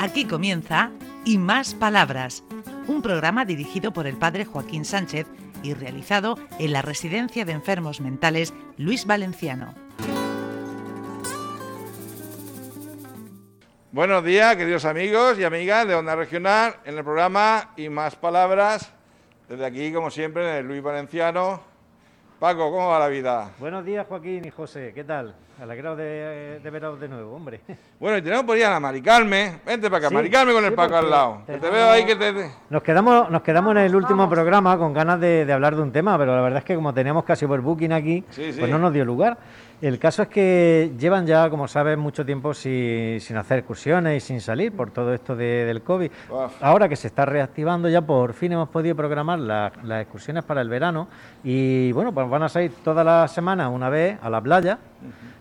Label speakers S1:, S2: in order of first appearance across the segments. S1: Aquí comienza Y Más Palabras, un programa dirigido por el padre Joaquín Sánchez y realizado en la Residencia de Enfermos Mentales Luis Valenciano.
S2: Buenos días, queridos amigos y amigas de Onda Regional, en el programa Y Más Palabras. Desde aquí, como siempre, en el Luis Valenciano. Paco, ¿cómo va la vida?
S3: Buenos días, Joaquín y José. ¿Qué tal? Alegrados de, de veros de nuevo, hombre.
S2: Bueno, y tenemos por ahí a la Maricarme. Vente para acá,
S3: Sí,
S2: Maricarme con
S3: sí,
S2: el Paco
S3: porque
S2: al lado. Que te
S3: tenemos-
S2: veo ahí que te...
S3: Nos quedamos, nos quedamos en el último programa con ganas de, de hablar de un tema, pero la verdad es que como teníamos casi por booking aquí,
S2: Sí, sí.
S3: pues no nos dio lugar. El caso es que llevan ya, como sabes, mucho tiempo sin, sin hacer excursiones y sin salir por todo esto de- del COVID.
S2: Uf.
S3: Ahora que se está reactivando, ya por fin hemos podido programar la- las excursiones para el verano y bueno, pues van a salir todas las semanas una vez a la playa,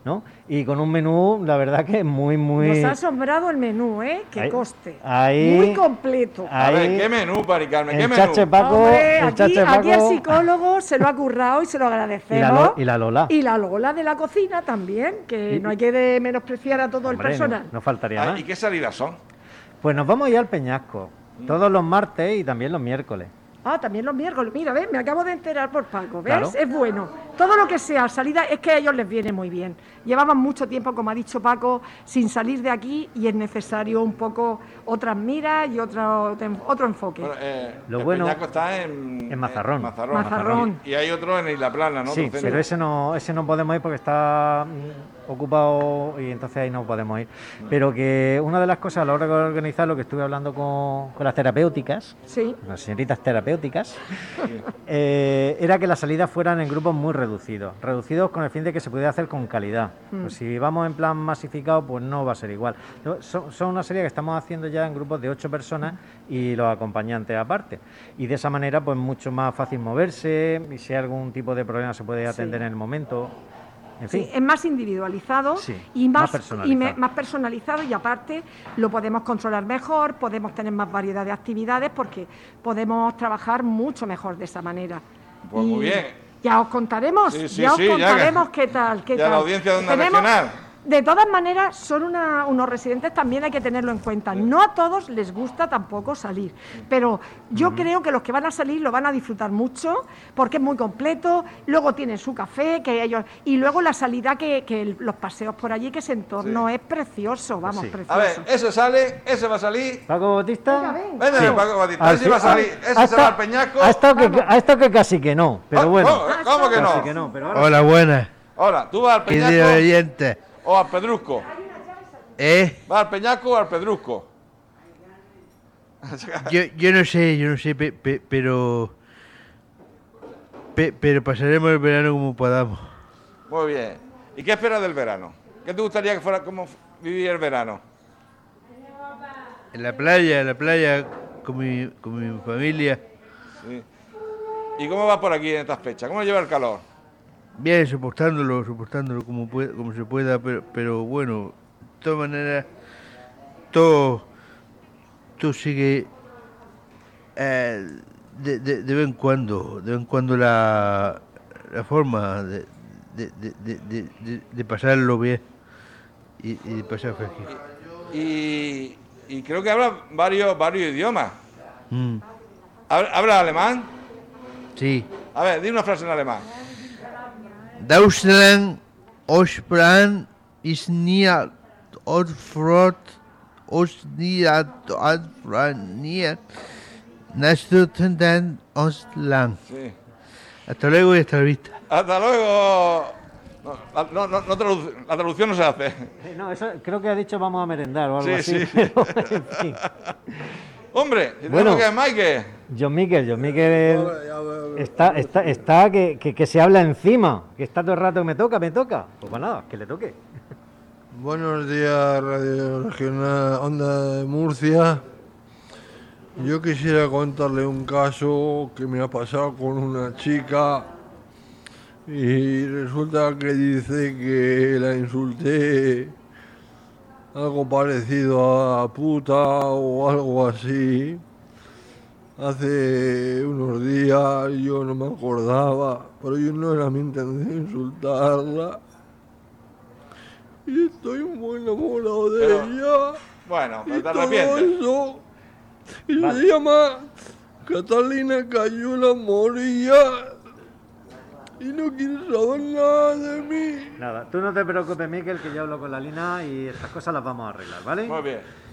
S3: ¿no? Y con un menú, la verdad que muy, muy...
S4: Nos ha asombrado el menú, ¿eh? Que
S3: Pues, Ahí-
S4: coste.
S3: ahí-
S4: Muy completo.
S2: A ver,
S3: Ahí-
S2: ¿qué menú, Maricarme? ¿Qué
S3: El
S2: menú? Ah,
S3: chache Paco,
S4: Hombre,
S3: el
S4: aquí,
S3: chache
S4: aquí el
S3: Paco.
S4: psicólogo se lo ha currado y se lo
S3: Y la,
S4: agradecemos.
S3: Lo- y la Lola.
S4: Y la Lola de la cocina también, que
S3: Y-
S4: no hay que de- menospreciar a todo
S3: Hombre,
S4: el personal.
S3: No, no faltaría
S2: Ah,
S3: más.
S2: ¿Y qué Mm. salidas son?
S3: Pues nos vamos a ir al Peñasco. Todos los martes y también los miércoles.
S4: Ah, también los miércoles. Mira, ¿ves? Me acabo de enterar por Paco, ¿ves?
S3: Claro.
S4: Es bueno. Todo lo que sea salida es que a ellos les viene muy bien. Llevaban mucho tiempo, como ha dicho Paco, sin salir de aquí y es necesario un poco otras miras y otro, otro enfoque.
S2: Bueno, eh,
S3: Lo
S2: el
S3: bueno-
S2: Peñasco está en...
S3: en Mazarrón.
S2: Mazarrón.
S4: Mazarrón.
S2: Y, y hay otro en Isla Plana, Ah, ¿no?
S3: sí,
S2: Otro centro.
S3: pero ese no, ese no podemos ir porque está mm, ocupado y entonces ahí no podemos ir. Pero que una de las cosas a la hora de organizar lo que estuve hablando con, con las terapéuticas,
S4: Sí.
S3: las señoritas terapéuticas, eh, era que las salidas fueran en grupos muy reducidos, reducidos con el fin de que se pudiera hacer con calidad.
S4: Mm.
S3: Pues si vamos en plan masificado, pues no va a ser igual. No, Son, son una serie que estamos haciendo ya en grupos de ocho personas y los acompañantes aparte. Y de esa manera, pues mucho más fácil moverse y si hay algún tipo de problema se puede atender
S4: Sí.
S3: en el momento. En fin.
S4: Sí, es más individualizado
S3: Sí,
S4: y
S3: más
S4: más, y
S3: personalizado.
S4: me- más personalizado y aparte lo podemos controlar mejor, podemos tener más variedad de actividades porque podemos trabajar mucho mejor de esa manera.
S2: Pues muy bien.
S4: Ya os contaremos,
S2: Sí, sí,
S4: ya os
S2: sí, ya que-
S4: contaremos qué tal, qué
S2: ya la
S4: tal.
S2: audiencia de Onda
S4: Tenemos-
S2: Regional.
S4: De todas maneras, son una- unos residentes, también hay que tenerlo en cuenta. No a todos les gusta tampoco salir, pero yo creo que los que van a salir lo van a disfrutar mucho porque es muy completo. Luego tienen su café, que ellos y luego la salida que, que el- los paseos por allí, que ese entorno
S2: Sí.
S4: es precioso, vamos,
S3: sí.
S4: precioso.
S2: A ver, ese sale, ese va a salir.
S3: Paco Bautista.
S4: eh,
S3: Ah,
S4: Venga, ven.
S2: Vente,
S3: Sí.
S2: Paco Batista,
S3: Al
S2: ese va a
S3: fin-
S2: salir. Ese
S3: ha- ha
S2: se va al
S3: estado-
S2: Peñasco.
S3: Ha estado, que,
S4: Vamos.
S3: ha estado que casi que no, pero
S2: Ah,
S3: bueno.
S2: ¿cómo- ¿Cómo que
S3: Casi
S2: no?
S3: que no, pero ahora-
S5: Hola, buenas.
S2: Ahora, ¿tú vas al
S5: Queridos
S2: Peñasco
S5: oyentes.
S2: o al Pedrusco?
S5: ¿eh?
S2: ¿Vas al Peñasco o al Pedrusco?
S5: Yo, yo no sé, yo no sé, pe- pe- pero. pe- pero pasaremos el verano como podamos.
S2: Muy bien. ¿Y qué esperas del verano? ¿Qué te gustaría que fuera como vivir el verano?
S5: En la playa, en la playa, con mi, con mi familia.
S2: Sí. ¿Y cómo vas por aquí en estas fechas? ¿Cómo lleva el calor?
S5: Bien, soportándolo, soportándolo como, pueda, como se pueda, pero, pero bueno, de todas maneras, todo, todo sigue eh, de, de- de vez en cuando, de vez en cuando la, la forma de, de- de- de- de- de- de pasarlo bien y, y de pasar fresquito.
S2: Y, y creo que hablas varios, varios idiomas.
S5: Mm,
S2: Hab- ¿Hablas alemán?
S5: sí.
S2: A ver, di una frase en alemán.
S5: Deutschland, Osbran, ist nie Ortfrot, Osnia, Alfranier, Nastutendan, Ostland.
S2: Sí.
S5: Hasta luego y hasta la vista.
S2: Hasta luego. No, la- no, no- no traduc- la traducción no se hace.
S3: Eh, No, eso creo que ha dicho vamos a merendar o algo
S2: Sí,
S3: así.
S2: sí.
S3: pero, en fin.
S2: Hombre, si
S3: Bueno.
S2: tenemos que Mike.
S3: John Miquel, John Miquel está, está, está que, que- que se habla encima, que está todo el rato me toca, me toca. Pues bueno, nada, que le toque.
S6: Buenos días, Radio Regional Onda de Murcia. Yo quisiera contarle un caso que me ha pasado con una chica y resulta que dice que la insulté algo parecido a puta o algo así. Hace unos días yo no me acordaba, pero yo no era mi intención insultarla. Y estoy muy enamorado de
S2: Pero-
S6: ella.
S2: Bueno,
S6: Y
S2: pero te
S6: todo
S2: arrepientes.
S6: eso y se llama Catalina Cayula Morilla y no quiere saber nada de mí.
S3: Nada, tú no te preocupes, Miquel, que yo hablo con la Lina y estas cosas las vamos a arreglar, ¿vale?
S2: Muy bien.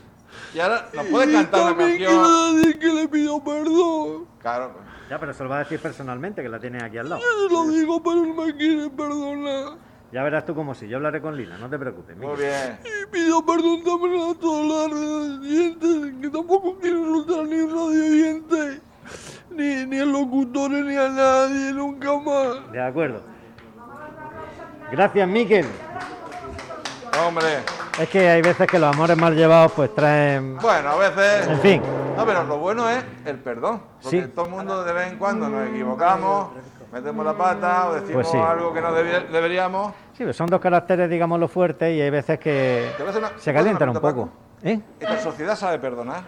S2: Y ahora, ¿nos puedes
S6: Y
S2: cantar una
S6: también
S2: canción?
S6: quiero decir que le pido perdón.
S2: Claro.
S3: Ya, pero se lo va a decir personalmente, que la tienes aquí al lado.
S6: Yo se lo digo, pero no me quiere perdonar.
S3: Ya verás tú cómo sí, yo hablaré con Lina, no te preocupes,
S2: Muy
S3: Miquel.
S2: bien.
S6: Y pido perdón también a todas las radiodientes, que tampoco quiero insultar ni radiodientes, ni, ni a locutores, ni a nadie, nunca más.
S3: De acuerdo. Gracias, Miquel.
S2: Hombre.
S3: Es que hay veces que los amores mal llevados pues traen...
S2: Bueno, a veces.
S3: En fin.
S2: No, pero lo bueno es el perdón. Porque
S3: Sí.
S2: todo el mundo de vez en cuando nos equivocamos, metemos la pata o decimos
S3: Pues sí.
S2: algo que no debi- deberíamos.
S3: Sí, pues son dos caracteres, digamos, lo fuertes y hay veces que
S2: Te voy a hacer una-
S3: se calientan
S2: te
S3: un
S2: voy a hacer una
S3: poco. ¿Eh?
S2: Esta sociedad sabe perdonar.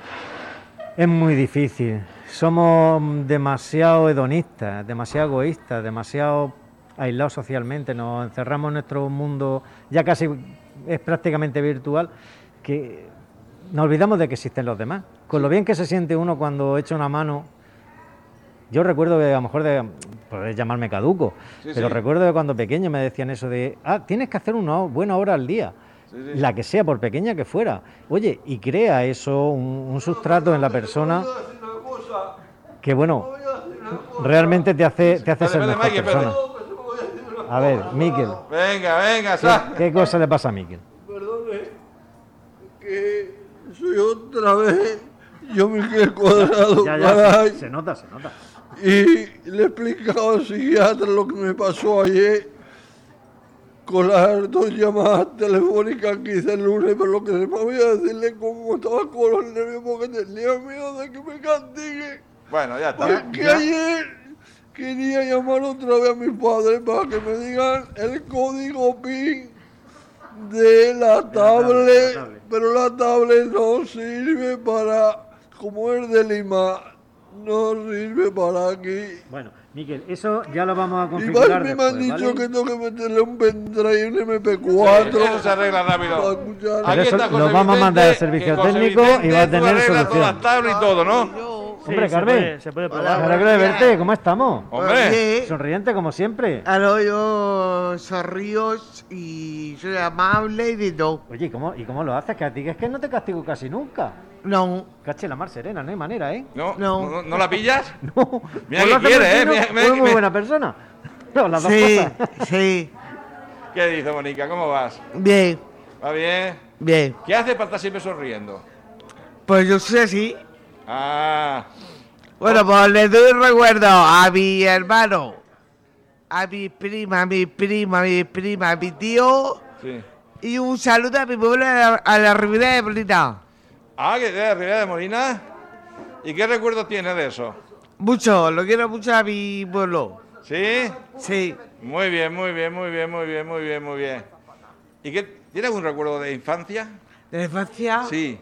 S3: Es muy difícil. Somos demasiado hedonistas, demasiado egoístas, demasiado aislados socialmente. Nos encerramos en nuestro mundo, ya casi es prácticamente virtual, que nos olvidamos de que existen los demás. Con lo bien que se siente uno cuando echa una mano. Yo recuerdo que a lo mejor de, podréis llamarme caduco,
S2: Sí,
S3: pero
S2: sí.
S3: recuerdo que cuando pequeño me decían eso de, ah, tienes que hacer una buena hora al día.
S2: Sí, sí.
S3: La que sea, por pequeña que fuera. Oye, y crea eso, un, un sustrato en la persona
S6: Voy a decir una cosa,
S3: que, bueno,
S6: voy a decir una cosa.
S3: realmente te hace, te hace
S2: Espérate,
S3: ser
S2: espérate,
S3: mejor
S2: Mike, espérate.
S3: persona.
S6: No, pero voy a decir una
S3: A ver,
S6: cosa.
S3: Miquel,
S2: Venga, venga,
S3: ¿qué,
S2: sa.
S3: qué cosa le pasa a Miquel?
S6: Perdone, que soy otra vez yo Miguel Cuadrado Garay,
S3: nota, se nota.
S6: y le he explicado al psiquiatra lo que me pasó ayer con las dos llamadas telefónicas que hice el lunes, pero lo que se me a decirle cómo estaba con los nervios porque tenía miedo de que me castigue.
S2: Bueno, ya está.
S6: Porque ayer quería llamar otra vez a mis padres para que me digan el código PIN de la tablet,
S3: tablet.
S6: pero la tablet no sirve para, como es de Lima, no sirve para aquí.
S3: Bueno, Miquel, eso ya lo vamos a
S6: Y
S3: configurar
S6: más me
S3: después,
S6: han dicho
S3: ¿vale?
S6: que tengo que meterle un pendrive, un
S2: Eso se
S6: MP4.
S2: arregla
S6: para
S2: rápido.
S6: escuchar.
S3: Pero Pues eso lo vamos a mandar al servicio técnico y va a tener solución.
S2: todas las tablas y todo, ¿no?
S3: Hombre,
S7: se
S3: Carmen.
S7: puede- se puede probar.
S3: Me alegro de verte, ¿cómo estamos?
S2: Hombre.
S8: Oye,
S3: Sonriente como siempre.
S8: claro, yo sonrío y soy amable y de todo.
S3: Oye, ¿y cómo, ¿y cómo lo haces? Que a ti que es que no te castigo casi nunca.
S8: No,
S3: Cache la mar serena, no hay manera, ¿eh?
S2: ¿No,
S8: No.
S2: no, no la pillas?
S3: No.
S2: Mira
S3: O
S2: que
S3: lo haces
S2: quiere,
S3: por ti,
S2: ¿eh? Mira,
S3: ¿no? O
S2: mira,
S3: eres muy
S2: mira.
S3: buena persona. No, las dos
S8: sí,
S3: cosas.
S8: sí,
S2: ¿Qué dice, Mónica? ¿Cómo vas?
S8: bien,
S2: ¿Va bien?
S8: bien.
S2: ¿Qué haces para estar siempre sonriendo?
S8: Pues yo soy así.
S2: Ah,
S8: Bueno, pues le doy un recuerdo a mi hermano, a mi prima, a mi prima, a mi prima, a mi tío
S2: sí.
S8: y un saludo a mi pueblo, a la, a la Ribera de Bonita.
S2: Ah, que de Rivera de Molina. ¿Y qué recuerdos tienes de eso?
S8: Mucho, lo quiero mucho a mi pueblo.
S2: ¿Sí?
S8: Sí,
S2: Muy bien, muy bien, muy bien, muy bien, muy bien, muy bien. ¿Y qué? ¿Tienes algún recuerdo de infancia?
S8: de la
S5: Ah.
S8: infancia,
S2: Sí.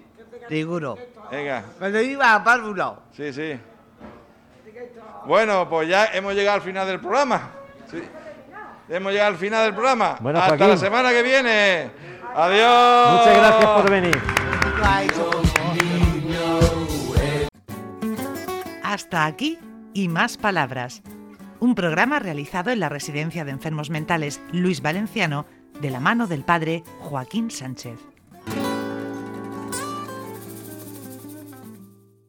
S8: ninguno.
S2: Venga,
S8: Cuando iba a Párvulo.
S2: sí, sí. Bueno, pues ya hemos llegado al final del programa. Sí. Hemos llegado al final del programa.
S3: Bueno,
S2: Hasta
S3: Joaquín.
S2: la semana que viene. Adiós.
S3: Muchas gracias por venir.
S1: Hasta aquí y más palabras. Un programa realizado en la Residencia de Enfermos Mentales Luis Valenciano de la mano del padre Joaquín Sánchez.